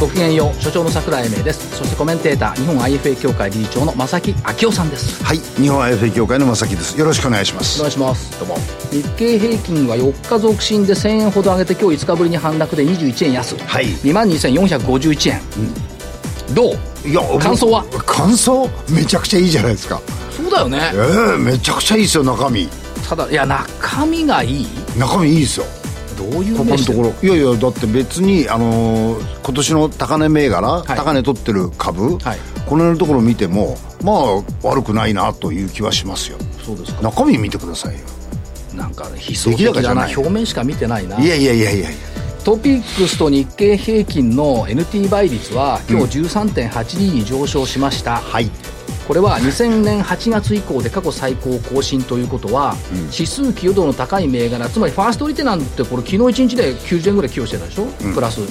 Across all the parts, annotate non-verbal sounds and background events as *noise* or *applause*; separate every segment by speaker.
Speaker 1: ごきげんよう所長の桜井英明ですそしてコメンテーター日本 IFA 協会理事長の正木昭夫さんです
Speaker 2: はい日本 IFA 協会の正木ですよろしくお願いしま
Speaker 1: お
Speaker 2: す
Speaker 1: 願いしますどうも日経平均は4日続伸で1000円ほど上げて今日5日ぶりに反落で21円安
Speaker 2: はい
Speaker 1: 2万2451円、どう
Speaker 2: いや
Speaker 1: 感想は
Speaker 2: 感想めちゃくちゃいいじゃないですか
Speaker 1: そうだよね
Speaker 2: ええめちゃくちゃいいですよ中身
Speaker 1: ただいや中身がいい
Speaker 2: 中身いいですよ
Speaker 1: どういう
Speaker 2: ここ
Speaker 1: 目
Speaker 2: の
Speaker 1: して
Speaker 2: と
Speaker 1: る
Speaker 2: ころいやいやだって別にあのー今年の高値銘柄、高値取ってる株、
Speaker 1: はい
Speaker 2: この辺のところ見てもまあ悪くないなという気はしますよ
Speaker 1: そうですか
Speaker 2: 中身見てくださいよ
Speaker 1: なんかね悲壮
Speaker 2: 出来
Speaker 1: 的
Speaker 2: 高じ
Speaker 1: だ
Speaker 2: ゃ
Speaker 1: な
Speaker 2: ない
Speaker 1: 表面しか見てないない
Speaker 2: やいやいやいやいや
Speaker 1: トピックスと日経平均の NT 倍率は今日13.82に上昇しました、
Speaker 2: はい
Speaker 1: これは2000年8月以降で過去最高を更新ということは、指数寄与度の高い銘柄つまりファーストリテなんてこれ昨日1日で90円ぐらい寄与してたでしょ、プラスフ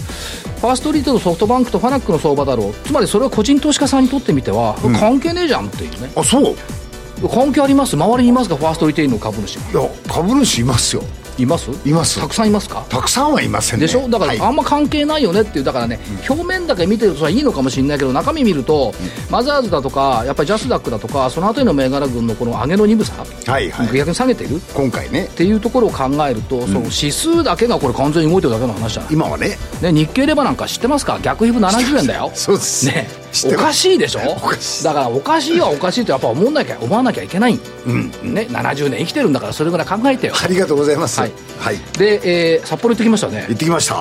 Speaker 1: ァーストリテとソフトバンクとファナックの相場だろうつまりそれを個人投資家さんにとってみては、関係ねえじゃんっていうね
Speaker 2: あそうい
Speaker 1: 関係あります周りにいますかファーストリテイルの株主
Speaker 2: や株主いますよ
Speaker 1: います
Speaker 2: います
Speaker 1: たくさんいますか
Speaker 2: たくさんはいませんね
Speaker 1: でしょだか
Speaker 2: は
Speaker 1: ら
Speaker 2: い
Speaker 1: あんま関係ないよねっていうだからね、表面だけ見てるとはいいのかもしれないけど中身見ると、マザーズだとかやっぱりジャスダックだとかその後の銘柄群のこの上げの鈍さ、
Speaker 2: はいはい
Speaker 1: 逆に下げてるっ
Speaker 2: 今回ね
Speaker 1: ていうところを考えると、その指数だけがこれ完全に動いてるだけの話じゃない、
Speaker 2: 今はね
Speaker 1: ね、日経レバなんか知ってますか逆皮膚70円だよ
Speaker 2: *laughs* そうです
Speaker 1: ね
Speaker 2: 知っ、て
Speaker 1: お
Speaker 2: ます
Speaker 1: かしいでしょ
Speaker 2: かしい
Speaker 1: だからおかしいはおかしいとやっぱ思わなきゃ思わなきゃいけない、ね、70年生きてるんだからそれぐらい考えてよ
Speaker 2: ありがとうございます。
Speaker 1: は
Speaker 2: はいい。
Speaker 1: で、えー札幌行ってきましたね
Speaker 2: 行ってきました。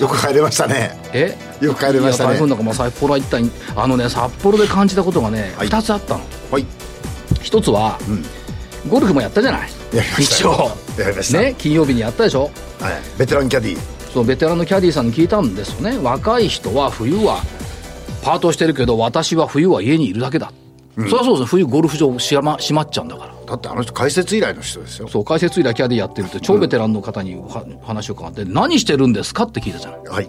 Speaker 2: よく帰れましたね。
Speaker 1: え
Speaker 2: よく帰れましたね
Speaker 1: いや台風の中も札幌は一体あのね札幌で感じたことがね、
Speaker 2: はい
Speaker 1: 2つあったの
Speaker 2: はい。
Speaker 1: 1つは、ゴルフもやったじゃない
Speaker 2: やりました
Speaker 1: 一応
Speaker 2: よやりました
Speaker 1: ね金曜日にやったでしょ
Speaker 2: はい。ベテランキャディ。
Speaker 1: そのベテランのキャディーさんに聞いたんですよね若い人は冬はパートしてるけど私は冬は家にいるだけだ、そりゃそうですよ冬ゴルフ場しま閉まっちゃうんだから
Speaker 2: だってあの人解説以来の人ですよ。
Speaker 1: そう解説以来キャディーやってるって超ベテランの方におは話を伺って、何してるんですかって聞いたじゃない
Speaker 2: はい。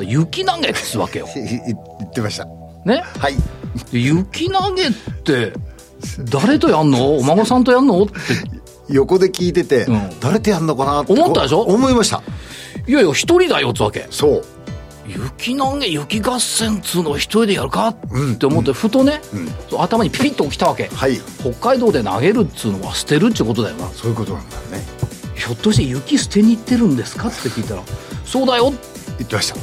Speaker 1: 雪投げっつうわ
Speaker 2: *laughs*
Speaker 1: けよ
Speaker 2: いい言ってました。
Speaker 1: ね
Speaker 2: はい。
Speaker 1: で雪投げって誰とやんのお孫さんとやんのって
Speaker 2: 横で聞いてて、
Speaker 1: ん
Speaker 2: 誰とやんのかなって
Speaker 1: 思ったでしょ
Speaker 2: こう思いました。
Speaker 1: いやいや一人だよっつわけ
Speaker 2: そう。
Speaker 1: 雪投げ雪合戦っつうのを一人でやるかって思ってふとね、そう頭にピピッと起きたわけ、
Speaker 2: はい
Speaker 1: 北海道で投げるっつうのは捨てるっちゅうことだよな
Speaker 2: そういうことなんだね。
Speaker 1: ひょっとして雪捨てに行ってるんですかって聞いたら「そうだよ」
Speaker 2: 言ってました。
Speaker 1: っ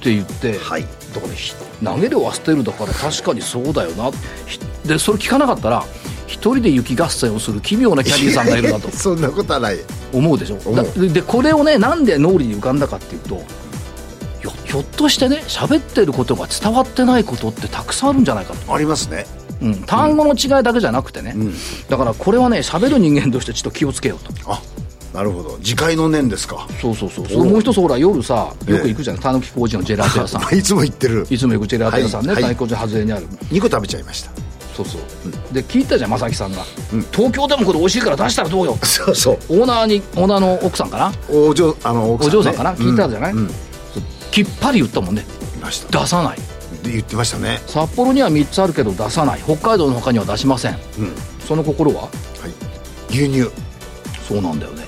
Speaker 1: て言って、
Speaker 2: はい
Speaker 1: だからひ投げるは捨てるだから確かにそうだよなひでそれ聞かなかったら一人で雪合戦をする奇妙なキャディーさんがいるなと
Speaker 2: そんなことはない。
Speaker 1: 思うでしょ
Speaker 2: う
Speaker 1: だででこれをねなんで脳裏に浮かんだかっていうとひょひょっとしてね喋ってることが伝わってないことってたくさんあるんじゃないかと、
Speaker 2: ありますね。
Speaker 1: うん、単語の違いだけじゃなくてね、だからこれはね喋る人間としてちょっと気をつけようと
Speaker 2: あ、なるほど。次回の念ですか。
Speaker 1: そうそうそうそれもう一つほら夜さよく行くじゃんたぬき工事のジェラート屋さん
Speaker 2: いつも言ってる。
Speaker 1: いつも行くジェラート屋さんね
Speaker 2: はいは
Speaker 1: 大
Speaker 2: い
Speaker 1: 工事外れにある
Speaker 2: 二個食べちゃいました。
Speaker 1: そうそう、で聞いたじゃん正木さんが、東京でもこれ美味しいから出したらどうよ
Speaker 2: そうそう。
Speaker 1: オーナーにオーナーの奥さんかな
Speaker 2: お嬢あの
Speaker 1: お
Speaker 2: 奥ね
Speaker 1: 嬢さんかな、聞いたじゃない、
Speaker 2: うんうん
Speaker 1: そうきっぱり言ったもんね
Speaker 2: いました。
Speaker 1: 出さない
Speaker 2: で言ってましたね。
Speaker 1: 札幌には3つあるけど出さない北海道の他には出しません
Speaker 2: うん。
Speaker 1: その心は
Speaker 2: はい、牛乳
Speaker 1: そうなんだよね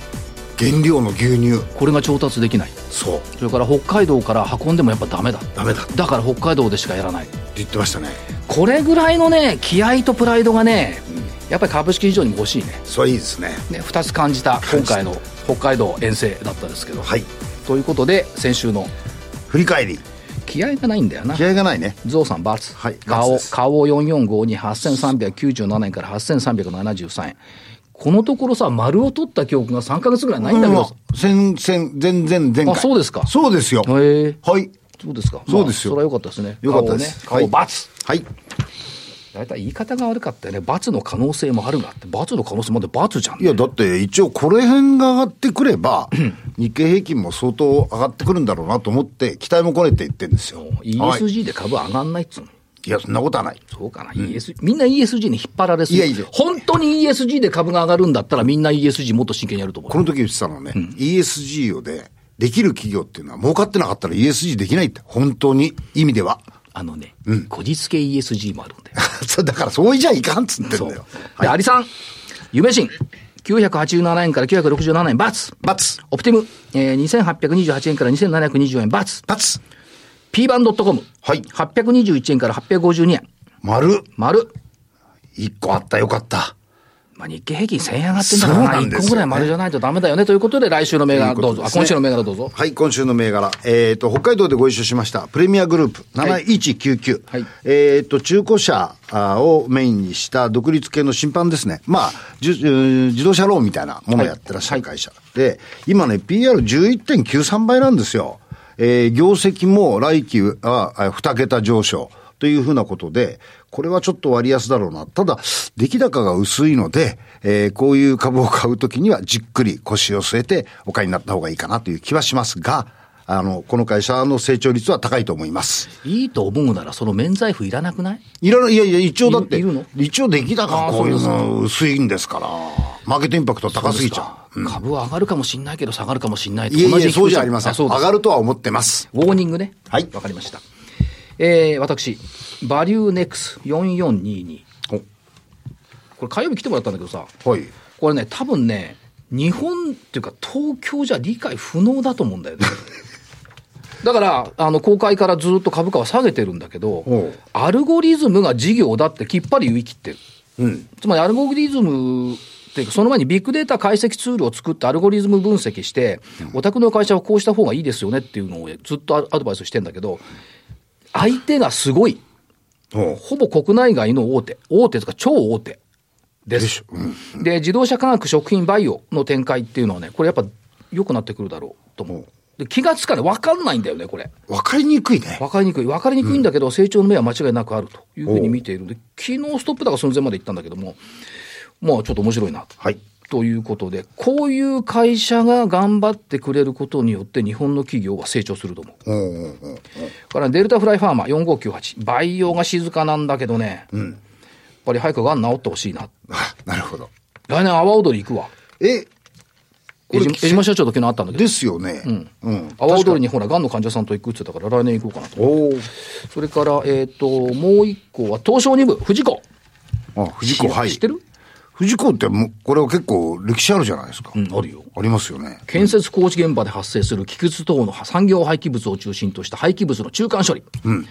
Speaker 2: 原料の牛乳
Speaker 1: これが調達できない
Speaker 2: そう
Speaker 1: それから北海道から運んでもやっぱダメだ
Speaker 2: ダメだって
Speaker 1: だから北海道でしかやらない
Speaker 2: 言ってましたね
Speaker 1: これぐらいのね気合とプライドがね、やっぱり株式市場にも欲しいね
Speaker 2: それはいいですね
Speaker 1: ね2つ感じた今
Speaker 2: 感じた
Speaker 1: 回の北海道遠征だったですけど、
Speaker 2: はい
Speaker 1: ということで先週の
Speaker 2: 振り返り
Speaker 1: 気合がないんだよな
Speaker 2: 気合がないね
Speaker 1: ゾウさんバツ、
Speaker 2: はい
Speaker 1: ガ
Speaker 2: バツ
Speaker 1: オ
Speaker 2: です
Speaker 1: カオ4452 8397円から8373円このところさ丸を取った記憶が3か月ぐらいないんだけど、
Speaker 2: 先々前前前回
Speaker 1: あそうですか
Speaker 2: そうですよ
Speaker 1: へえ
Speaker 2: はい
Speaker 1: そうですか
Speaker 2: そうですよ
Speaker 1: まあそれは良かったですね
Speaker 2: よかったです
Speaker 1: 顔ね顔
Speaker 2: は
Speaker 1: バ
Speaker 2: い
Speaker 1: ツ、
Speaker 2: はい
Speaker 1: 大体言い方が悪かったよねバツの可能性もあるがってバツの可能性までバツじゃん、
Speaker 2: いやだって一応これ辺が上がってく
Speaker 1: *clears throat*
Speaker 2: れば日経平均も相当上がってくるんだろうなと思って期待もこねて言ってんですよ
Speaker 1: ESG で株上がんないっつうの、
Speaker 2: いや、そんなことはない。
Speaker 1: そうかな、ES、みんな ESG に引っ張られすぎ
Speaker 2: いやいや
Speaker 1: 本当に ESG で株が上がるんだったら、みんな ESG もっと真剣にやると思う
Speaker 2: こ。の時言ってたのはね、ESG をで、できる企業っていうのは儲かってなかったら ESG できないって、本当に意味では。 *laughs*
Speaker 1: あのね、こじつけ ESG もあるんで。
Speaker 2: そうだからそうじゃいかんっつってんだよ。
Speaker 1: で、アリさん、夢新、987円から967円、バツ。
Speaker 2: バツ、
Speaker 1: オプティム、えー、2828円から2724円、バツ。
Speaker 2: バツ、
Speaker 1: p バン .com、
Speaker 2: はい
Speaker 1: 821円から852円、
Speaker 2: 丸、
Speaker 1: 丸。
Speaker 2: 一個あったよかった。
Speaker 1: まあ、日経平均1000円上がってんだから
Speaker 2: そう
Speaker 1: な、
Speaker 2: なん
Speaker 1: 一
Speaker 2: ですよね
Speaker 1: 個ぐらい丸じゃないとダメだよね、ということで、来週の銘柄
Speaker 2: というこ
Speaker 1: どう
Speaker 2: と
Speaker 1: ぞ、
Speaker 2: で
Speaker 1: あ、
Speaker 2: すね
Speaker 1: 今週の銘柄どうぞ。
Speaker 2: はい、今週の銘柄。えっ、と、北海道でご一緒しました、プレミアグループ
Speaker 1: はい
Speaker 2: 7199。
Speaker 1: はい
Speaker 2: えっ、と、中古車あーをメインにした独立系の審判ですね。まあ、じゅうー自動車ローンみたいなものをやってらっしゃる会社。で、今ね、PR11.93 倍なんですよ。えー業績も来期はあ2桁上昇というふうなことで、これはちょっと割安だろうな。ただ、出来高が薄いので、えーこういう株を買うときにはじっくり腰を据えてお買いになった方がいいかなという気はしますが、あの、この会社の成長率は高いと思います。
Speaker 1: いいと思うなら、その免罪符いらなくない
Speaker 2: いらない、いやいや、一応だって、
Speaker 1: いいるの
Speaker 2: 一応出来高
Speaker 1: あ
Speaker 2: は
Speaker 1: ー
Speaker 2: こういう
Speaker 1: そ
Speaker 2: の薄いんですから、マーケットインパクト高すぎちゃ
Speaker 1: う。株は上がるかもしんないけど、下がるかもしんないと
Speaker 2: う。いやい
Speaker 1: 同
Speaker 2: や、
Speaker 1: じ
Speaker 2: そうじゃありません。
Speaker 1: そう
Speaker 2: 上
Speaker 1: です
Speaker 2: がるとは思ってます。
Speaker 1: ウォーニングね。
Speaker 2: はい
Speaker 1: わかりました。えー、私、バリューネクス4422。これ火曜日来てもらったんだけどさ、
Speaker 2: はい。
Speaker 1: これね、多分ね、日本っていうか東京じゃ理解不能だと思うん
Speaker 2: *laughs*
Speaker 1: だよね。だから、あの、公開からずっと株価は下げてるんだけど
Speaker 2: おう、
Speaker 1: アルゴリズムが事業だってきっぱり言い切ってる。
Speaker 2: うん。
Speaker 1: つまりアルゴリズムっていうか、その前にビッグデータ解析ツールを作って、アルゴリズム分析して、お宅の会社はこうした方がいいですよねっていうのをずっとアドバイスしてんだけど、相手がすごい、
Speaker 2: おう
Speaker 1: ほぼ国内外の大手、大手とか超大手です。
Speaker 2: でしょうん
Speaker 1: で、自動車科学、食品、バイオの展開っていうのはね、これやっぱ良くなってくるだろうと思う。で気がつかない、分かんないんだよね、これ。
Speaker 2: わかりにくいね。
Speaker 1: 分かりにくい、分かりにくいんだけど、成長の目は間違いなくあるというふうに見ているので、昨日ストップ高寸前まで行ったんだけども、まあちょっと面白いなと。
Speaker 2: はい。
Speaker 1: ということで、こういう会社が頑張ってくれることによって、日本の企業は成長すると思う。
Speaker 2: おうんうんうん。
Speaker 1: からデルタフライファーマー4598、培養が静かなんだけどね、やっぱり早くがん治ってほしいな。
Speaker 2: あなるほど。
Speaker 1: 来年、阿波踊り行くわ。
Speaker 2: え、こ
Speaker 1: 江
Speaker 2: れ
Speaker 1: 島、江島社長と昨日会ったんだけ
Speaker 2: で
Speaker 1: ど、
Speaker 2: すよね。うん。うん。
Speaker 1: 阿波踊りにほら、がんの患者さんと行くって言ってたから、来年行こうかなと。
Speaker 2: お
Speaker 1: それから、えっ、と、もう一個は、東証二部、富士子。
Speaker 2: お。あ、藤子、はい。
Speaker 1: 知ってる
Speaker 2: 藤子ってもう、これは結構歴史あるじゃないですか。
Speaker 1: うんあるよ。
Speaker 2: ありますよね。
Speaker 1: 建設工事現場で発生する木くず等の産業廃棄物を中心とした廃棄物の中間処理。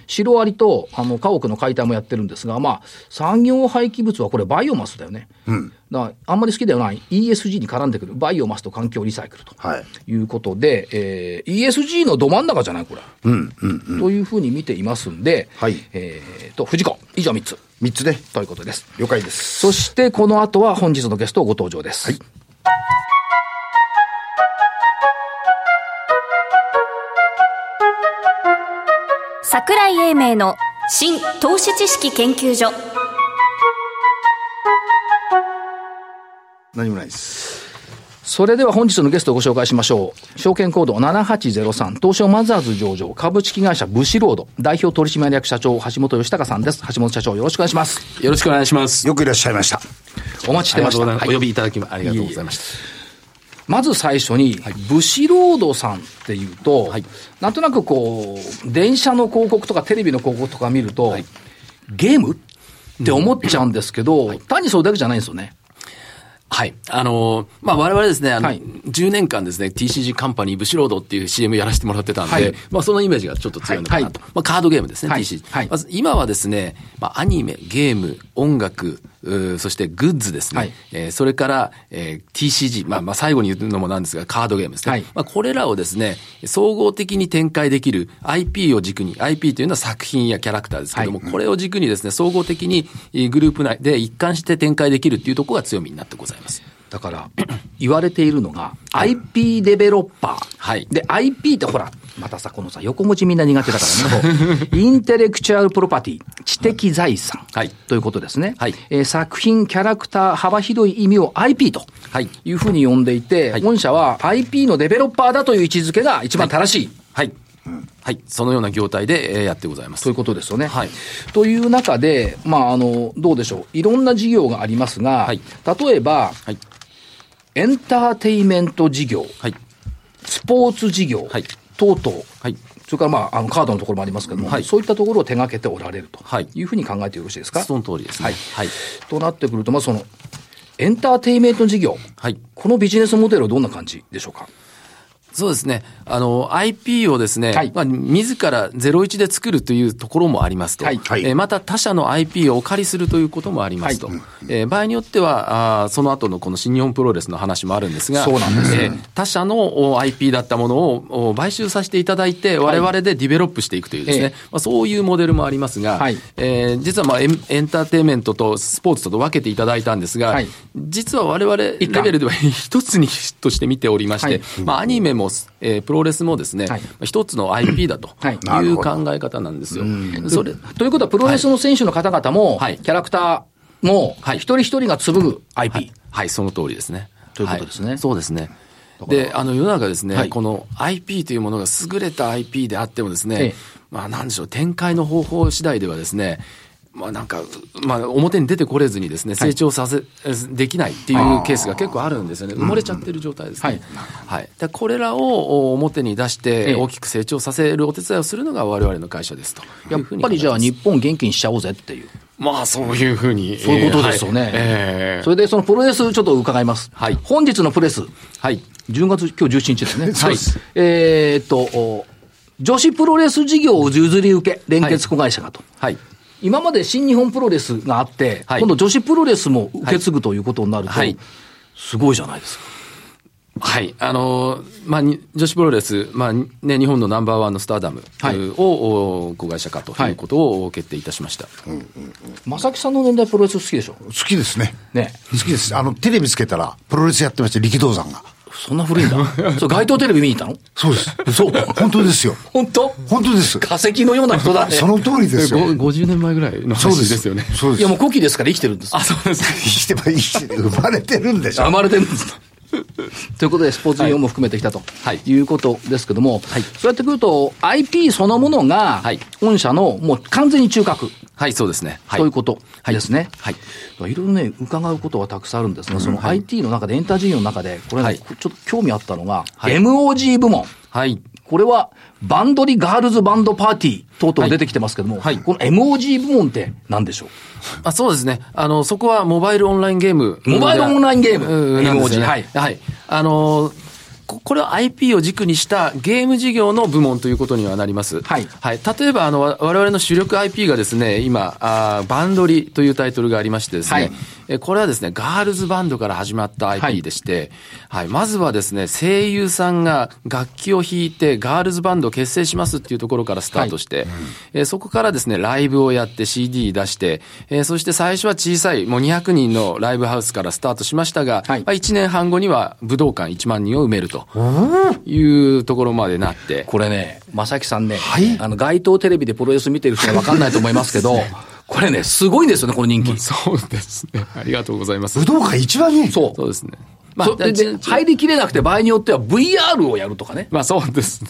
Speaker 1: シロアリとあの家屋の解体もやってるんですが、まあ、産業廃棄物はこれバイオマスだよね。だからあんまり好きではない ESG に絡んでくるバイオマスと環境リサイクルと。
Speaker 2: はい。
Speaker 1: いうことで、えー ESG のど真ん中じゃない、これ。というふうに見ていますんで、
Speaker 2: はい
Speaker 1: えーと、藤子、以上3つ
Speaker 2: 三つで、
Speaker 1: ということです。
Speaker 2: 了解です。
Speaker 1: そして、この後は本日のゲストご登場です。
Speaker 3: 桜井英明の新投資知識研究所
Speaker 2: 何もないです。
Speaker 1: それでは本日のゲストをご紹介しましょう。証券コード7803、東証マザーズ上場、株式会社ブシロード、代表取締役社長、橋本義孝さんです。橋本社長、よろしくお願いします。
Speaker 4: よろしくお願いします。
Speaker 2: よくいらっしゃいました。
Speaker 1: お待ちし
Speaker 4: あ
Speaker 1: て
Speaker 4: りが
Speaker 1: ま
Speaker 4: と
Speaker 1: した。
Speaker 4: うございます。お呼
Speaker 1: はい
Speaker 4: びいただきま、ありがとうございました。
Speaker 1: まず最初に、ブシロードさんっていうと、
Speaker 4: はい
Speaker 1: なんとなくこう、電車の広告とかテレビの広告とか見ると、
Speaker 4: はい
Speaker 1: ゲームって思っちゃうんですけど、単にそれだけじゃないんですよね。
Speaker 4: はい。あのー、まあ、我々ですね、あの、
Speaker 1: はい
Speaker 4: 10年間ですね、TCG カンパニーブシロードっていう CM やらせてもらってたんで、
Speaker 1: はい
Speaker 4: まあ、そのイメージがちょっと強いのかなと。
Speaker 1: はい
Speaker 4: まあ、カードゲームですね、
Speaker 1: はい
Speaker 4: TCG。
Speaker 1: はい
Speaker 4: まず今はですね、まあ、アニメ、ゲーム、音楽、うーそしてグッズですね。
Speaker 1: はい
Speaker 4: えーそれから、えー TCG、まあ、まあ、最後に言うのもなんですが、カードゲームですね。
Speaker 1: はい
Speaker 4: まあ、これらをですね、総合的に展開できる IP を軸に、IP というのは作品やキャラクターですけども、これを軸にですね、総合的にえーグループ内で一貫して展開できるっていうところが強みになってございます。
Speaker 1: だから、言われているのが、IP デベロッパー。
Speaker 4: はい
Speaker 1: で、IP ってほら、またさ、このさ、横文字みんな苦手だから
Speaker 4: *laughs*
Speaker 1: ね。インテレクチュアルプロパティ、知的財産。
Speaker 4: はい
Speaker 1: ということですね。
Speaker 4: はい
Speaker 1: えー作品、キャラクター、幅広い意味を IP と。
Speaker 4: はいいう
Speaker 1: ふうに呼んでいて、
Speaker 4: はい
Speaker 1: 御社は IP のデベロッパーだという位置づけが一番正しい。
Speaker 4: はい。はい、そのような業態でえーやってございます。
Speaker 1: ということですよね。
Speaker 4: はい
Speaker 1: という中で、まあ、あの、どうでしょう。いろんな事業がありますが、
Speaker 4: はい
Speaker 1: 例えば、
Speaker 4: はい。
Speaker 1: エンターテイメント事業、
Speaker 4: はい。
Speaker 1: スポーツ事業、
Speaker 4: はい
Speaker 1: 等々、
Speaker 4: はい。
Speaker 1: それから、まあ、あのカードのところもありますけども、
Speaker 4: はい
Speaker 1: そういったところを手掛けておられると
Speaker 4: はい
Speaker 1: いうふうに考えてよろしいですか。
Speaker 4: その通りですね。
Speaker 1: はい
Speaker 4: はい。
Speaker 1: となってくると、まあ、その、エンターテイメント事業、
Speaker 4: はい
Speaker 1: このビジネスモデルはどんな感じでしょうか。
Speaker 4: そうですね。あの、IP をですね、
Speaker 1: はい
Speaker 4: まあ、自ら01で作るというところもありますと。
Speaker 1: はい
Speaker 2: はい
Speaker 4: えーまた他社の IP をお借りするということもありますと。
Speaker 1: はい
Speaker 4: えー場合によっては、あーその後のこの新日本プロレスの話もあるんですが、
Speaker 1: そうなんです
Speaker 4: えー他社のお IP だったものをお買収させていただいて、我々でディベロップしていくというですね、
Speaker 1: ええ
Speaker 4: まあ、そういうモデルもありますが、
Speaker 1: はい
Speaker 4: えー実は、まあエン、エンターテインメントとスポーツと分けていただいたんですが、
Speaker 1: はい
Speaker 4: 実は我々レベ
Speaker 1: 一貫
Speaker 4: ルでは一つにとして見ておりまして、
Speaker 1: はい
Speaker 4: まあ、アニメも、えープロレスもですね、
Speaker 1: はい
Speaker 4: 一つの IP だと
Speaker 1: はい
Speaker 2: ないる
Speaker 4: う
Speaker 2: ほど
Speaker 4: 考え方なんですよ。それ
Speaker 1: ということは、プロレスの選手の方々も、
Speaker 4: はい
Speaker 1: キャラクターも、
Speaker 4: はい
Speaker 1: 一人一人が紡ぐ IP。
Speaker 4: はい、はい、その通りですね。
Speaker 1: ということですね
Speaker 4: はいそうですね。で、あの、世の中ですね、
Speaker 1: はい
Speaker 4: この IP というものが優れた IP であってもですね、
Speaker 1: ええ
Speaker 4: まあ、なんでしょう、展開の方法次第ではですね、まあなんか、まあ表に出てこれずにですね、成長させ、えできないっていうケースが結構あるんですよね。埋もれちゃってる状態ですね。はい。でこれらをお表に出し
Speaker 1: ええ
Speaker 4: て、大きく成長させるお手伝いをするのが我々の会社ですと。
Speaker 1: やっぱりじゃあ、
Speaker 4: に
Speaker 1: 日本元気にしちゃおうぜっていう、
Speaker 4: まあそういうふうに。
Speaker 1: そういうことですよね。
Speaker 4: ええ
Speaker 1: それで、そのプロレス、ちょっと伺います。
Speaker 4: はい
Speaker 1: 本日のプレス、
Speaker 4: はい。
Speaker 1: 10月、今日17日ですね。
Speaker 4: *laughs* そうです
Speaker 1: えーっと、お女子プロレス事業を譲り受け、連結子会社がと。
Speaker 4: はい。
Speaker 1: 今まで新日本プロレスがあって、
Speaker 4: はい
Speaker 1: 今度女子プロレスも受け継ぐということになると、
Speaker 4: はい
Speaker 1: すごいじゃないですか。
Speaker 4: はい。あのーまあ、に女子プロレス、まあ、にね、日本のナンバーワンのスターダム
Speaker 1: はい
Speaker 4: を、お子会社化ということをお決定いたしました。
Speaker 1: 正木さんの年代プロレス好きでしょ
Speaker 2: 好きですね。
Speaker 1: ね
Speaker 2: 好きです。あの、テレビつけたら、プロレスやってました、力道山が。
Speaker 1: そんな古いんだ。
Speaker 4: *laughs*
Speaker 1: それ街頭テレビ見に行ったの
Speaker 2: そうです。
Speaker 1: 嘘
Speaker 2: 本当ですよ。
Speaker 1: 本当
Speaker 2: 本当です。
Speaker 1: 化石のような人だ
Speaker 4: *laughs*
Speaker 1: ね。
Speaker 2: その通りですよ。
Speaker 4: ご50年前ぐらいの
Speaker 2: そうで
Speaker 4: 話
Speaker 2: す。
Speaker 4: ですよね。
Speaker 2: そう
Speaker 1: い
Speaker 2: で
Speaker 1: や
Speaker 2: す。
Speaker 1: もう古希ですから生きてるんです。
Speaker 4: あ、そうです。
Speaker 2: 生きてば生きてる生まれてるんでしょ。
Speaker 1: 生まれてるんです。 *laughs* ということで、スポーツ用も含めてきたと、
Speaker 4: はいいう
Speaker 1: ことですけども、
Speaker 4: はい
Speaker 1: そうやってくると、IP そのものが
Speaker 4: はい、
Speaker 1: 御社のもう完全に中核
Speaker 4: はい、そうですね。は
Speaker 1: ということですね。
Speaker 4: はい
Speaker 1: いろいろね、伺うことはたくさんあるんですが、その IT の中で、エンター事業の中で、これね、
Speaker 4: はい
Speaker 1: ちょっと興味あったのが、
Speaker 4: はい
Speaker 1: MOG 部門。
Speaker 4: はい。
Speaker 1: これは、バンドリガールズバンドパーティー等々
Speaker 4: はい
Speaker 1: 出てきてますけども、
Speaker 4: はい
Speaker 1: この MOG 部門って何でしょう
Speaker 4: あそうですね。あの、そこはモバイルオンラインゲーム。
Speaker 1: モバイルオンラインゲーム
Speaker 4: うんなんですよ
Speaker 1: MOG
Speaker 4: ね
Speaker 1: はい
Speaker 4: はい。あのーここれは IP を軸にしたゲーム事業の部門ということにはなります。
Speaker 1: はい
Speaker 4: 例えば、あの、わ我々の主力 IP がですね、今、あーバンドリというタイトルがありましてですね、
Speaker 1: はい
Speaker 4: えこれはですね、ガールズバンドから始まった
Speaker 1: はい
Speaker 4: IP でして、はい、まずはですね、声優さんが楽器を弾いてガールズバンドを結成しますっていうところからスタートして、えーそこからですね、ライブをやって CD 出して、えーそして最初は小さい、もう200人のライブハウスからスタートしましたが、
Speaker 1: はい
Speaker 4: まあ、1年半後には武道館1万人を埋めるというところまでなって、
Speaker 1: これね、正木さんね、
Speaker 2: い
Speaker 1: あの街頭テレビでプロレス見てる人は分かんないと思いますけ
Speaker 4: *laughs*
Speaker 1: ど、これね、すごいんですよね、この人気。
Speaker 4: そうですね。ありがとうございます
Speaker 2: 武。道館一番に。
Speaker 1: そう。
Speaker 4: そうですね。ま
Speaker 1: そ
Speaker 4: あ、
Speaker 1: れで
Speaker 4: ちち
Speaker 1: 入りきれなくて、場合によっては VR をやるとかね。
Speaker 4: まあそうですね。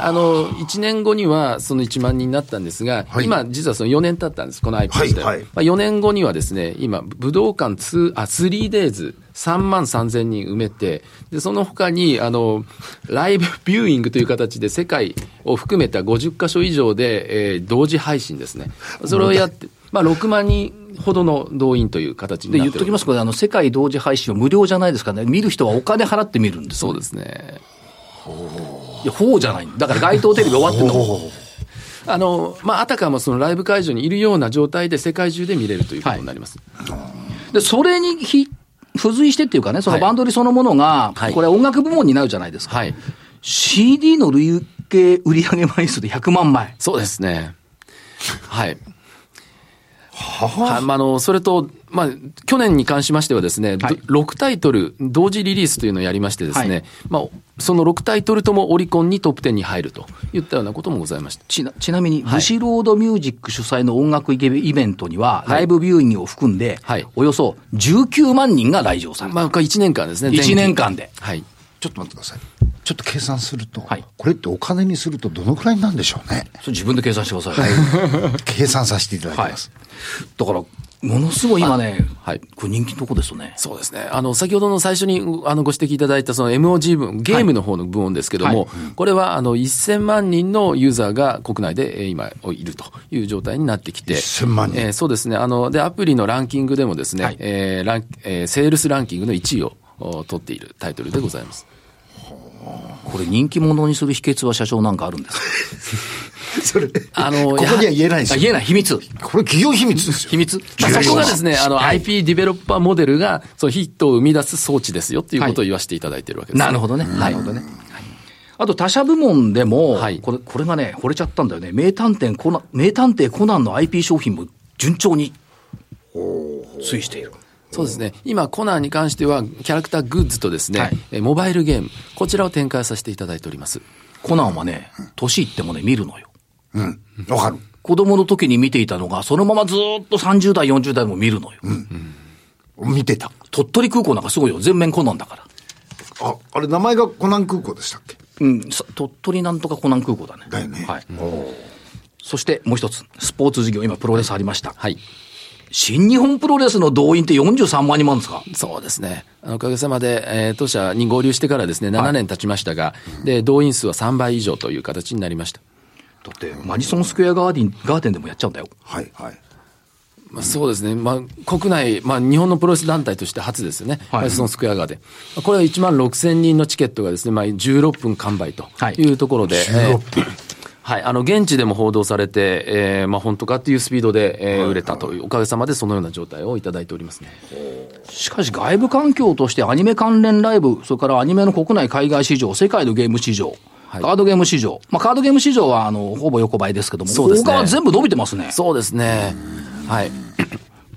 Speaker 4: あの1年後にはその1万人になったんですが、
Speaker 2: はい
Speaker 4: 今、実はその4年経ったんです、この IP 自体、
Speaker 2: はいはい
Speaker 4: まあ、4年後にはですね今、武道館 2- あ 3days3 万3000人埋めて、でその他にあのライブビューイングという形で、世界を含めた50箇所以上で、えー同時配信ですね、それをやって、まあ、6万人ほどの動員という形に
Speaker 1: で、
Speaker 4: なっ
Speaker 1: 言って
Speaker 4: お
Speaker 1: とき
Speaker 4: り
Speaker 1: ま
Speaker 4: ます
Speaker 1: けど、あの、世界同時配信は無料じゃないですからね、見る人はお金払って見るんですす。
Speaker 4: そうですね。
Speaker 1: いや、ほうじゃないだから街頭テレビ終わってんの。
Speaker 4: あの、まあ、あたかもそのライブ会場にいるような状態で世界中で見れるということになります。
Speaker 1: で、それにひ付随してっていうかね、その
Speaker 4: はい
Speaker 1: バンドリそのものが、
Speaker 4: はい
Speaker 1: これは音楽部門になるじゃないですか。
Speaker 4: はい。
Speaker 1: CD の累計売上枚数で100万枚。
Speaker 4: そうですね。はい。はまあ、あの、それと、まあ、去年に関しましてはです
Speaker 1: は
Speaker 4: ね、
Speaker 1: い
Speaker 4: ど6タイトル同時リリースというのをやりましてですね、
Speaker 1: はい
Speaker 4: まあ、その6タイトルともオリコンにトップ10に入るといったようなこともございました。
Speaker 1: ちなちなみに、
Speaker 4: はい
Speaker 1: ブシロードミュージック主催の音楽イベイベントには、ライブビューイングを含んで、
Speaker 4: はい
Speaker 1: およそ19万人が来場された。
Speaker 4: まあ、これ1年間ですね、
Speaker 1: 一
Speaker 4: 前期
Speaker 1: 年間で。
Speaker 4: はい。
Speaker 2: ちょっと待ってください。ちょっと計算すると、
Speaker 1: はい
Speaker 2: これってお金にするとどのくらいなんでしょうね。
Speaker 1: *laughs* それ自分で計算してください。
Speaker 2: 計算させていただき
Speaker 1: はい
Speaker 2: ま。す。
Speaker 1: *laughs* だから、ものすごい今ね、
Speaker 4: はい
Speaker 1: これ人気のとこですよね。
Speaker 4: そうですね。あの、先ほどの最初にあのご指摘いただいたその MOG 分、ゲームの方の部門ですけども、
Speaker 1: は
Speaker 4: これはあの1000万人のユーザーが国内でえー今いるという状態になってきて。
Speaker 2: 1000万人
Speaker 4: えーそうですね。あの、で、アプリのランキングでもですね、
Speaker 1: はい
Speaker 4: えーランえーセールスランキングの1位をお取っているタイトルでございます。
Speaker 1: これ人気者にする秘訣は社長なんかあるんですか
Speaker 2: それ、
Speaker 1: *laughs*
Speaker 4: あの、
Speaker 2: ここには言えないです
Speaker 1: あ
Speaker 2: よ。
Speaker 1: 言えない、秘密。
Speaker 2: これ企業秘密ですよ。
Speaker 1: 秘密。
Speaker 4: まあそこが
Speaker 2: 重要
Speaker 4: ですね、あの、IP ディベロッパーモデルが、そのヒットを生み出す装置ですよっていうことを言わせていただいているわけですね、
Speaker 1: なるほどね。なるほどね。あと他社部門でも、
Speaker 4: はい
Speaker 1: これ、これがね、惚れちゃったんだよね。名探偵コナン、名探偵コナンの IP 商品も順調に、推移している。
Speaker 4: そうですね。今、コナンに関しては、キャラクターグッズとですね、
Speaker 1: はい
Speaker 4: えモバイルゲーム、こちらを展開させていただいております。
Speaker 1: コナンはね、年いってもね、見るのよ。
Speaker 2: うん。わかる。
Speaker 1: 子供の時に見ていたのが、そのままずーっと30代、40代も見るのよ。
Speaker 2: 見てた。
Speaker 1: 鳥取空港なんかすごいよ。全面コナンだから。
Speaker 2: あ、あれ名前がコナン空港でしたっけ
Speaker 1: うん、さ鳥取なんとか湖南空港だね。
Speaker 2: だよね
Speaker 1: はい。そしてもう一つ、スポーツ事業、今プロレスありました。
Speaker 4: はい。
Speaker 1: 新日本プロレスの動員って43万人もあるんですか
Speaker 4: そうですね。あのおかげさまで、えー当社に合流してからですね、7年経ちましたが、で、動員数は3倍以上という形になりました。
Speaker 1: だって、マディソンスクエアガーディン、ガーデンでもやっちゃうんだよ。
Speaker 2: はい、はい。
Speaker 4: まあ、そうですね、まあ、国内、まあ、日本のプロレス団体として初ですよね、
Speaker 1: はい
Speaker 4: マディソンスクエアガーで、これは1万6000人のチケットがですね、まあ、16分完売と
Speaker 1: はい
Speaker 4: いうところで、
Speaker 2: 16
Speaker 4: えーはい、あの現地でも報道されて、えーまあ、本当かっていうスピードで、えー売れたという、おかげさまでそのような状態をいただいておりますね。
Speaker 1: しかし外部環境としてアニメ関連ライブ、それからアニメの国内海外市場、世界のゲーム市場、
Speaker 4: はい
Speaker 1: カードゲーム市場。まあカードゲーム市場は、あの、ほぼ横ばいですけども、
Speaker 4: そうですね
Speaker 1: 他は全部伸びてますね。
Speaker 4: そうですね、はい、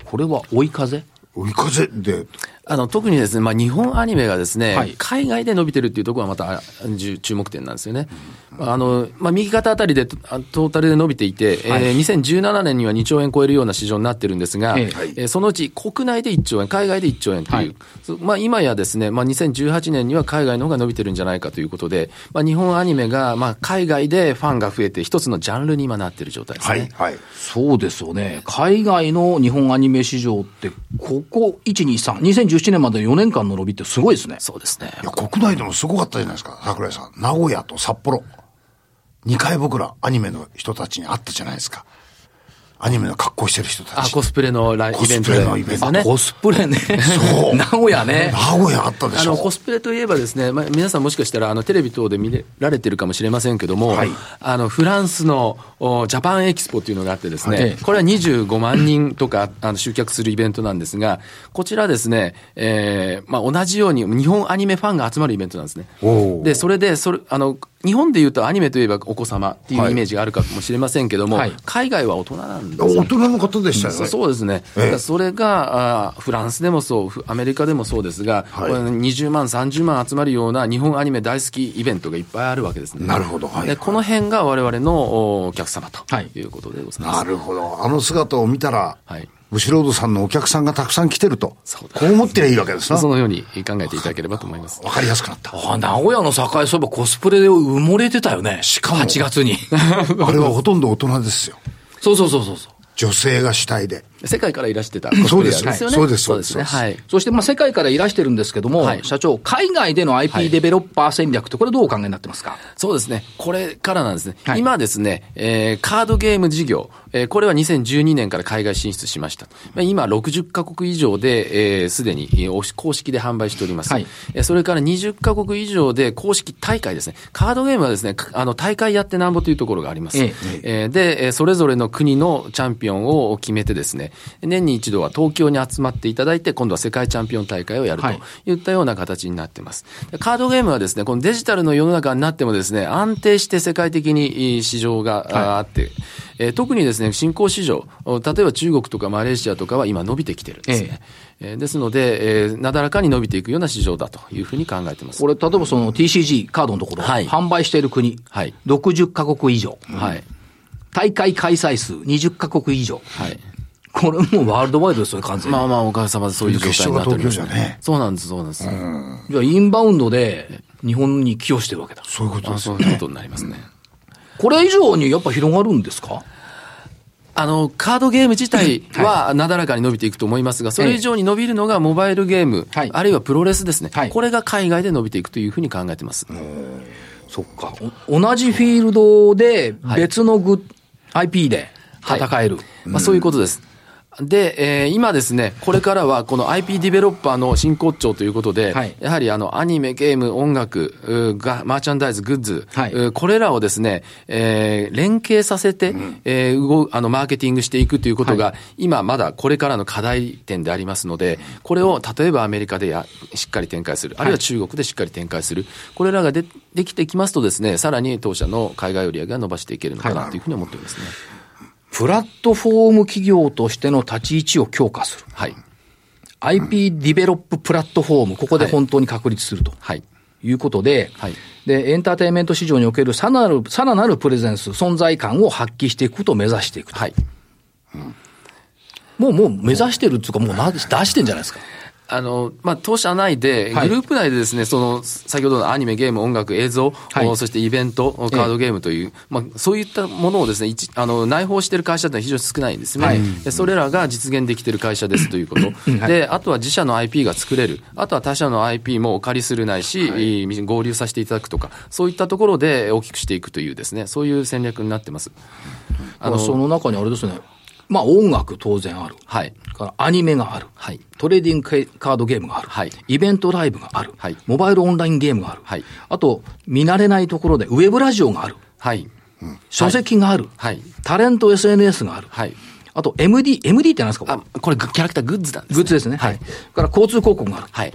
Speaker 1: これは追い風
Speaker 2: 追い風で、
Speaker 4: あの特にですね、まあ、日本アニメがですね、
Speaker 1: はい
Speaker 4: 海外で伸びてるっていうところはまたあじゅ注目点なんですよね。まああのまあ、右肩あたりでトあトータルで伸びていて、
Speaker 1: はい
Speaker 4: えー2017年には2兆円超えるような市場になってるんですが、
Speaker 1: え
Speaker 4: え
Speaker 1: えはい
Speaker 4: ーそのうち国内で1兆円、海外で1兆円という、
Speaker 1: はい
Speaker 4: そまあ、今やですね、まあ、2018年には海外の方が伸びてるんじゃないかということで、まあ、日本アニメが、まあ、海外でファンが増えて、一つのジャンルに今なってる状態ですね。
Speaker 2: はい、はい。
Speaker 1: そうですよね。海外の日本アニメ市場って、ここ1、2、3、2017年まで4年間の伸びってすごいですね。
Speaker 4: そうですね
Speaker 2: いや、国内でもすごかったじゃないですか、桜井さん。名古屋と札幌。2回僕らアニメの人たちに会ったじゃないですか。アニメの格好してる人た
Speaker 4: あ
Speaker 2: ち。
Speaker 4: コスプレのライ
Speaker 2: コ
Speaker 4: イベ
Speaker 2: ス
Speaker 4: ン
Speaker 2: プ
Speaker 4: ト
Speaker 2: レ
Speaker 4: で
Speaker 2: のイベント
Speaker 4: ですね
Speaker 1: コスプレね。
Speaker 2: そ
Speaker 1: *laughs*
Speaker 2: う
Speaker 1: 名古屋ね
Speaker 2: *laughs* 名。古屋あったで
Speaker 4: あ
Speaker 2: し
Speaker 4: の
Speaker 2: ょ。
Speaker 4: コスプレといえばですね、まあ、皆さんもしかしたらあのテレビ等で見れられてるかもしれませんけども、
Speaker 2: はい
Speaker 4: あのフランスのおジャパンエキスポっていうのがあってですね、
Speaker 1: はい
Speaker 4: これは25万人とかあの集客するイベントなんですが、こちらですね、えーまあ、同じように日本アニメファンが集まるイベントなんですね
Speaker 2: お。ー
Speaker 4: で、それでそれあの、日本でいうとアニメといえばお子様っていうイメージがあるかもしれませんけども、
Speaker 1: はい
Speaker 4: 海外は大人なんですよね
Speaker 2: 大人の方でしたよ
Speaker 4: そ
Speaker 2: ね。
Speaker 4: そうですね、だからそれがあーフランスでもそう、フアメリカでもそうですが、
Speaker 2: はい
Speaker 4: これ20万、30万集まるような日本アニメ大好きイベントがいっぱいあるわけですね。
Speaker 2: なるほどはい
Speaker 4: でこの辺が我々のおお客様と
Speaker 1: はい
Speaker 4: いうことでございま
Speaker 2: な
Speaker 4: す。
Speaker 2: るほど。あの姿を見たら、
Speaker 4: はい
Speaker 2: ブシロードさんのお客さんがたくさん来てると。
Speaker 4: そうだ
Speaker 2: こう思ってりゃいいわけですな。
Speaker 4: そ
Speaker 2: わ
Speaker 4: のように考えていただければと思います。
Speaker 2: かりやすくなった。
Speaker 1: あ、名古屋の栄そういえばコスプレで埋もれてたよね。しか
Speaker 2: も
Speaker 1: 8月に。
Speaker 2: あれはほとんど大人ですよ。
Speaker 1: そうそうそうそうそう。
Speaker 2: 女性が主体で。
Speaker 4: 世界からいらしてたコスプレイヤーですよね。
Speaker 2: そうです
Speaker 4: そ
Speaker 2: そうう
Speaker 4: で
Speaker 2: ですす
Speaker 4: ね。
Speaker 2: そう
Speaker 4: はい。
Speaker 1: そしてまあ世界からいらしてるんですけども、
Speaker 4: はい
Speaker 1: 社長、海外での
Speaker 4: は
Speaker 1: IP
Speaker 4: い
Speaker 1: デベロッパー戦略って、これどうお考えになってますか、
Speaker 4: そうですね。これからなんですね。
Speaker 1: はい
Speaker 4: 今ですね、えーカードゲーム事業、えーこれは2012年から海外進出しました。まあ今、60カ国以上で、えーすでに、えーおし公式で販売しております。
Speaker 1: はい
Speaker 4: えーそれから20カ国以上で公式大会ですね。カードゲームはですね、かあの、大会やってなんぼというところがあります。
Speaker 1: ええ
Speaker 4: えーで、えーそれぞれの国のチャンピオンを決めてですね、年に一度は東京に集まっていただいて、今度は世界チャンピオン大会をやると
Speaker 1: はい
Speaker 4: いったような形になってます。カードゲームはですね、このデジタルの世の中になってもですね、安定して世界的にえー市場があーあって、えー特にですね、新興市場、お例えば中国とかマレーシアとかは今伸びてきてるんですね。えーですので、えーなだらかに伸びていくような市場だというふうに考えてます
Speaker 1: こ。れ、例えばその TCG カードのところ、
Speaker 4: はい
Speaker 1: 販売している国、
Speaker 4: はい
Speaker 1: 60カ国以上、
Speaker 4: はい。
Speaker 1: 大会開催数20カ国以上、
Speaker 4: はい。
Speaker 1: これもうワールドワイドですよね、完全に。
Speaker 4: まあまあ、おかげさまでそういう状態になっております、
Speaker 2: 決勝が東京じゃね
Speaker 4: そうなんです、そうなんです。
Speaker 1: じゃあ、インバウンドで日本に寄与してるわけだ。
Speaker 2: そういうこと
Speaker 4: あ
Speaker 2: です
Speaker 4: そういうことになりますね。
Speaker 1: これ以上にやっぱ広がるんですか
Speaker 4: あの、カードゲーム自体はなだらかに伸びていくと思いますが、それ以上に伸びるのがモバイルゲーム、
Speaker 1: はい
Speaker 4: あるいはプロレスですね、
Speaker 1: はい
Speaker 4: これが海外で伸びていくというふうに考えてます。
Speaker 1: そっか。お同じフィールドで別のグ、IP で戦える。
Speaker 4: まあ、そういうことです。で、えー今ですね、これからはこの IP ディベロッパーの真骨頂ということで、
Speaker 1: はい
Speaker 4: やはりあの、アニメ、ゲーム、音楽、うーがマーチャンダイズ、グッズ、
Speaker 1: はいう
Speaker 4: ーこれらをですね、えー連携させて、えー動あの、マーケティングしていくということが、今まだこれからの課題点でありますので、これを例えばアメリカでやしっかり展開する、あるいは中国でしっかり展開する、これらがでできてきますとですね、さらに当社の海外売上が伸ばしていけるのかなというふうに思っておりますね。
Speaker 1: プラットフォーム企業としての立ち位置を強化する。
Speaker 4: はい。
Speaker 1: IP ディベロッププラットフォーム、ここで本当に確立すると。
Speaker 4: はい。
Speaker 1: いうことで、
Speaker 4: はい
Speaker 1: で、エンターテインメント市場におけるさらなる、さらなるプレゼンス、存在感を発揮していくことを目指していくと。
Speaker 4: はい。
Speaker 1: もう、もう目指してるっていうか、もうな出してんじゃないですか。
Speaker 4: あの、まあ、当社内で、グ
Speaker 1: はい
Speaker 4: ループ内でですね、その、先ほどのアニメ、ゲーム、音楽、映像、
Speaker 1: い
Speaker 4: おそしてイベント、カードゲームという、まあ、そういったものをですね、一あの、内包している会社ってのは非常に少ないんですね。
Speaker 1: はい
Speaker 4: でそれらが実現できている会社ですということ。で、あとは自社の IP が作れる。あとは他社の IP もお借りするないし、いい合流させていただくとか、そういったところで大きくしていくというですね、そういう戦略になってます。あの、
Speaker 1: その中にあれですね、まあ音楽当然ある。
Speaker 4: はい。
Speaker 1: からアニメがある。
Speaker 4: はい
Speaker 1: トレーディングけカードゲームがある。
Speaker 4: はい
Speaker 1: イベントライブがある。
Speaker 4: はい
Speaker 1: モバイルオンラインゲームがある。
Speaker 4: はい
Speaker 1: あと、見慣れないところでウェブラジオがある。
Speaker 4: はい。
Speaker 1: 書籍がある。
Speaker 4: はい
Speaker 1: タレント SNS がある。
Speaker 4: はい。
Speaker 1: あと MD、MD って何ですか
Speaker 4: あ、これ、キャラクターグッズなんですね
Speaker 1: グッズですね。はい。から交通広告がある。
Speaker 4: はい。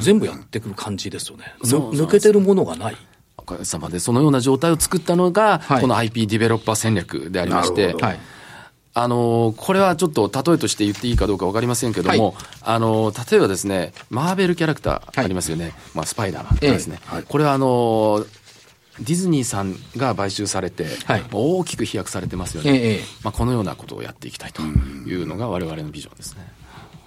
Speaker 1: 全部やってくる感じですよね。ぬ
Speaker 4: そうそうそう
Speaker 1: 抜けてるものがない。
Speaker 4: おかげさまで、そのような状態を作ったのが、
Speaker 1: はい
Speaker 4: この IP ディベロッパー戦略でありま
Speaker 2: な
Speaker 4: し
Speaker 2: る
Speaker 4: て
Speaker 2: ほ、ど
Speaker 1: はい。
Speaker 4: あのーこれはちょっと例えとして言っていいかどうか分かりませんけども、
Speaker 1: は
Speaker 4: あのー例えばですね、マーベルキャラクタ
Speaker 1: は
Speaker 4: ー
Speaker 1: い
Speaker 4: ありますよね、まあ、スパイダーマンとかですね、
Speaker 2: ええはい
Speaker 4: これはあのーディズニーさんが買収されて、
Speaker 1: はい
Speaker 4: 大きく飛躍されてますよね、
Speaker 1: ええええ
Speaker 4: まあ、このようなことをやっていきたいというのが、我々のビジョンですね。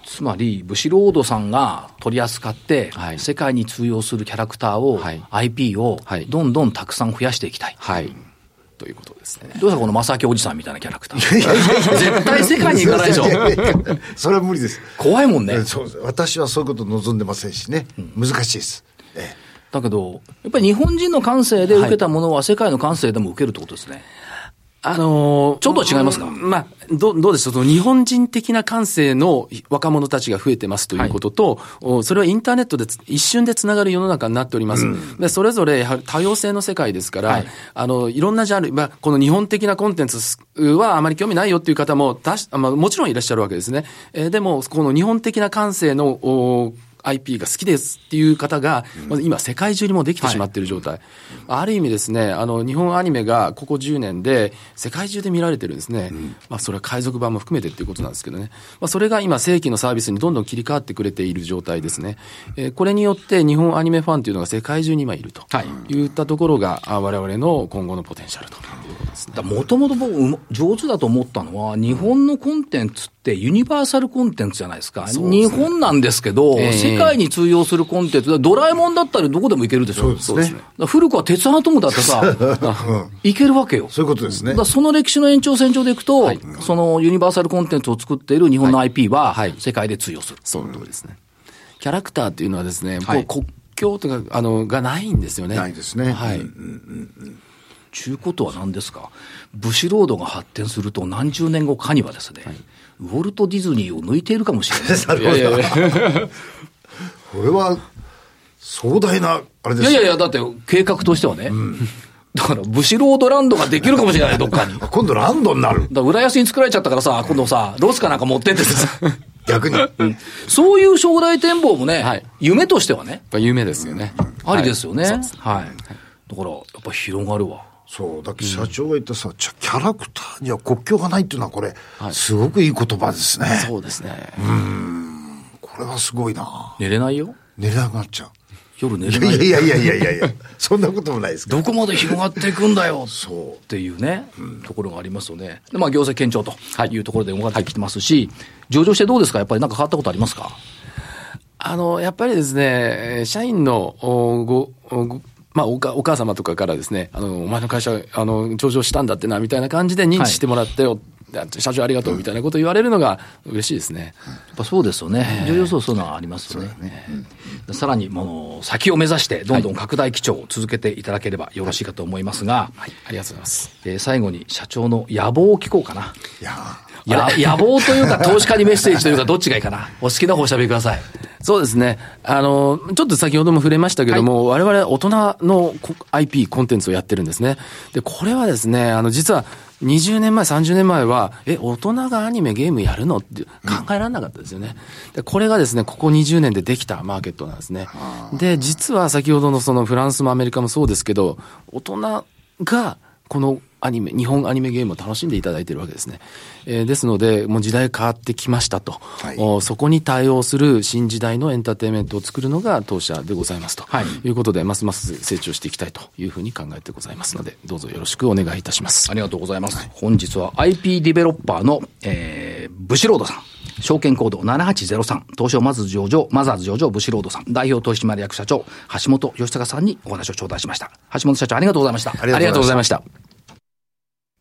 Speaker 1: つまり、ブシロードさんが取り扱って、
Speaker 4: はい
Speaker 1: 世界に通用するキャラクターを、
Speaker 4: はい
Speaker 1: IP を
Speaker 4: はい
Speaker 1: どんどんたくさん増やしていきたい。
Speaker 4: はいということですね。
Speaker 1: どうですか、この正明おじさんみたいなキャラクター。絶対世界に行かないでしょ。
Speaker 2: *laughs* それは無理です。
Speaker 1: 怖いもんね。
Speaker 2: そうです私はそういうこと望んでませんしね、難しいです。え
Speaker 1: だけど、やっぱり日本人の感性で受けたものは世界の感性でも受けるってことですね。
Speaker 4: あのー
Speaker 1: ちょっと違いますか
Speaker 4: うんまあ、どう、どうでしょう、その日本人的な感性の若者たちが増えてますということと、おそれはインターネットでつ一瞬でつながる世の中になっております。で、それぞれやはり多様性の世界ですから、
Speaker 1: はい
Speaker 4: い、あの、いろんなジャンル、まあ、この日本的なコンテンツはあまり興味ないよっていう方も、たしまあ、もちろんいらっしゃるわけですね。えーでも、この日本的な感性の、お IP が好きですっていう方が、まず今世界中にもうできてしまっている状態。ある意味ですね、あの、日本アニメがここ10年で世界中で見られてるんですね。まあ、それは海賊版も含めてっていうことなんですけどね。まあ、それが今正規のサービスにどんどん切り替わってくれている状態ですね。えーこれによって日本アニメファンというのが世界中に今いると。
Speaker 1: はい
Speaker 4: いったところが、あ我々の今後のポテンシャルということですね。
Speaker 1: もともと僕、うま上手だと思ったのは、日本のコンテンツってユニバーサルコンテンツじゃないですか。
Speaker 4: うで
Speaker 1: 日
Speaker 4: すね
Speaker 1: 本なんですけど、
Speaker 4: ええ
Speaker 1: 世界に通用するコンテンツ、ドラえもんだったらどこでもいけるでしょ。そう
Speaker 2: そうですね
Speaker 1: 古くは鉄腕アトムだってさ、いけるわけよ。
Speaker 2: えそういうことですね
Speaker 1: だか。らその歴史の延長線上でいくと、
Speaker 4: はい
Speaker 1: そのユニバーサルコンテンツを作っている日本の IP は
Speaker 4: はい、
Speaker 1: 世界で通用する。
Speaker 4: その通りですね。キャラクターっていうのはですね、
Speaker 1: はい
Speaker 4: こう国境とか、あの、がないんですよね。
Speaker 2: ないですね
Speaker 4: はい。
Speaker 2: うん
Speaker 1: ちゅうことは何ですか、ブシロードが発展すると、何十年後かにはですね、ウォルト・ディズニーを抜いているかもしれない。
Speaker 2: *laughs* なるほど。 *laughs* これは壮大な、あれで
Speaker 1: い
Speaker 2: す
Speaker 1: や
Speaker 2: ね
Speaker 1: いやいや、だって計画としてはね、だからブシロードランドができるかもしれない、どっかに。だか
Speaker 2: 今度ランドになる。
Speaker 1: ら浦安に作られちゃったからさ、今度さ、ロスかなんか持ってってさ、
Speaker 2: 逆に。
Speaker 1: そういう将来展望もね、
Speaker 4: はい
Speaker 1: 夢としてはね、
Speaker 4: やっぱ夢ですよね。
Speaker 1: ありですよね。
Speaker 4: は
Speaker 1: はいい。
Speaker 4: そうです
Speaker 1: だから、やっぱ広がるわ。
Speaker 2: そう。だけど社長が言ったさ、ちゃキャラクターには国境がないっていうのはこれ、すごくいい言葉ですね。
Speaker 4: そうですね。
Speaker 2: これはすごいな
Speaker 1: 寝れないよ。
Speaker 2: 寝れなくなっちゃう。
Speaker 1: 夜寝れ
Speaker 2: い
Speaker 1: ない
Speaker 2: や
Speaker 1: よ
Speaker 2: いやいやいやいやいや、そんなこともないですけど。
Speaker 1: どこまで広がっていくんだよ
Speaker 2: そう
Speaker 1: っていうね、ところがありますよね。で、まあ、行政堅調というところで動かれてきてますし、上場してどうですかやっぱりなんか変わったことありますか
Speaker 4: あの、やっぱりですね、社員のおごごまあ、おかお母様とかからですね、あの、お前の会社、あの、上場したんだってな、みたいな感じで認知してもらったよ。社長ありがとうみたいなこと言われるのが嬉しいですね。
Speaker 1: やっぱそうですよね。上場そうそういうのはありますよね。うんさらに、もう、先を目指して、どんどん拡大基調を続けていただければよろしいかと思いますが、
Speaker 4: はい、ありがとうございます。
Speaker 1: えー最後に社長の野望を聞こうかな。
Speaker 2: いやー
Speaker 1: や野望というか、投資家にメッセージというか、どっちがいいか *laughs* な。お好きな方おしゃべりください。
Speaker 4: そうですね。あの、ちょっと先ほども触れましたけども、我々大人のこ IP コンテンツをやってるんですね。で、これはですね、あの、実は、20年前、30年前は、え、大人がアニメ、ゲームやるのって考えられなかったですよね。で、これがですね、ここ20年でできたマーケットなんですね。で、実は先ほどのそのフランスもアメリカもそうですけど、大人がこのアニメ、日本アニメゲームを楽しんでいただいているわけですね。えーですので、もう時代変わってきましたと、
Speaker 2: い
Speaker 4: おそこに対応する新時代のエンターテインメントを作るのが当社でございますと、
Speaker 1: はい
Speaker 4: い、うことで、ますます成長していきたいというふうに考えてございますので、どうぞよろしくお願いいたします
Speaker 1: あ。りがとうございます。本日は IP ディベロッパーの、えー、ブシロードさん。証券コード7803、東証マズ上場、マザーズ上場、ブシロードさん、代表取締役社長、橋本義孝さんにお話を頂戴しました。橋本社長、ありがとうございました。あ
Speaker 2: りがとうございました
Speaker 4: した。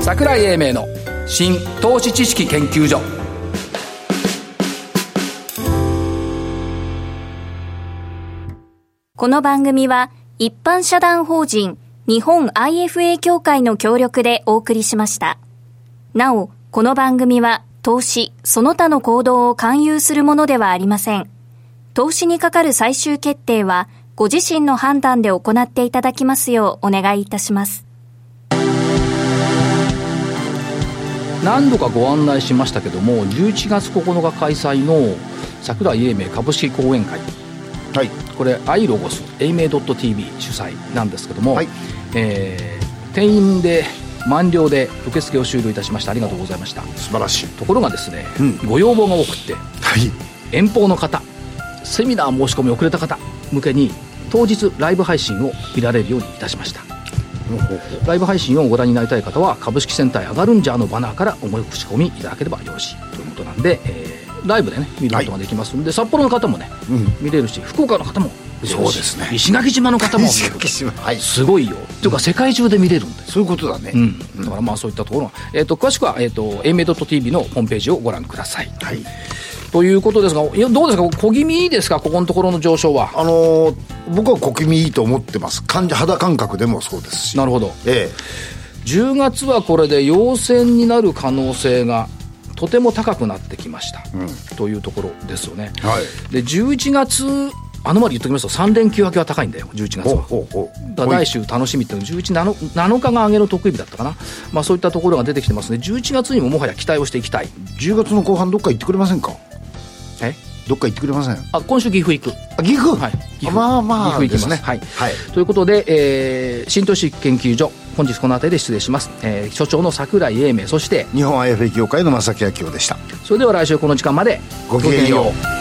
Speaker 1: 桜井英明の新投資知識研究所
Speaker 3: この番組は一般社団法人日本 IFA 協会の協力でお送りしました。なお、この番組は投資、その他の行動を勧誘するものではありません。投資にかかる最終決定はご自身の判断で行っていただきますようお願いいたします。
Speaker 1: 何度かご案内しましたけども11月9日開催の桜井英明株式講演会
Speaker 2: はい。
Speaker 1: これアイロゴス英明 .tv 主催なんですけども、
Speaker 2: はい
Speaker 1: えー定員で満了で受付を終了いたしましたありがとうございました
Speaker 2: 素晴らしい。
Speaker 1: ところがですね、
Speaker 2: うん
Speaker 1: ご要望が多くって
Speaker 2: はい。
Speaker 1: 遠方の方セミナー申し込み遅れた方向けに当日ライブ配信を見られるようにいたしましたライブ配信をご覧になりたい方は株式センター上がるんじゃーのバナーからお申し込みいただければよろしいということなんで、えーライブでね見ることができますんで、札幌の方もね、見れるし福岡の方も見れるし
Speaker 2: そうですね
Speaker 1: 石垣島の方も見れる
Speaker 2: 石垣島はい
Speaker 1: すごいよっていうか世界中で見れるんだよ
Speaker 2: そういうことだね。
Speaker 1: うん、だからまあそういったところは、えー、と詳しくは、えー、と a m a t v のホームページをご覧ください、
Speaker 2: はい。
Speaker 1: ということですがいやどうですか小気味いいですかここのところの上昇は
Speaker 2: あのー僕は小気味いいと思ってます。感じ肌感覚でもそうですし。
Speaker 1: なるほど
Speaker 2: え
Speaker 1: 10月はこれで陽線になる可能性がとても高くなってきました、というところですよね、
Speaker 2: え。はい。
Speaker 1: で11月あのまり言っときますと3連休明けは高いんだよ11月
Speaker 2: ほう
Speaker 1: は
Speaker 2: ほうほう。
Speaker 1: だから来週楽しみっていうの11なの7日が上げの得意日だったかな、まあ、そういったところが出てきてますね11月にももはや期待をしていきたい
Speaker 2: 10月の後半どっか行ってくれませんか
Speaker 1: え
Speaker 2: どっか行ってくれません
Speaker 1: あ今週岐阜行く
Speaker 2: あ岐阜
Speaker 1: はい、岐阜
Speaker 2: まあまあ
Speaker 1: 岐阜行きます
Speaker 2: ですね
Speaker 1: はい、
Speaker 2: はい
Speaker 1: ということで、えー、新都市研究所本日この辺りで失礼します、えー所長の櫻井英明そして
Speaker 2: 日本 IFA 協会の正木明夫でした
Speaker 1: それでは来週この時間まで
Speaker 2: ごきげんよう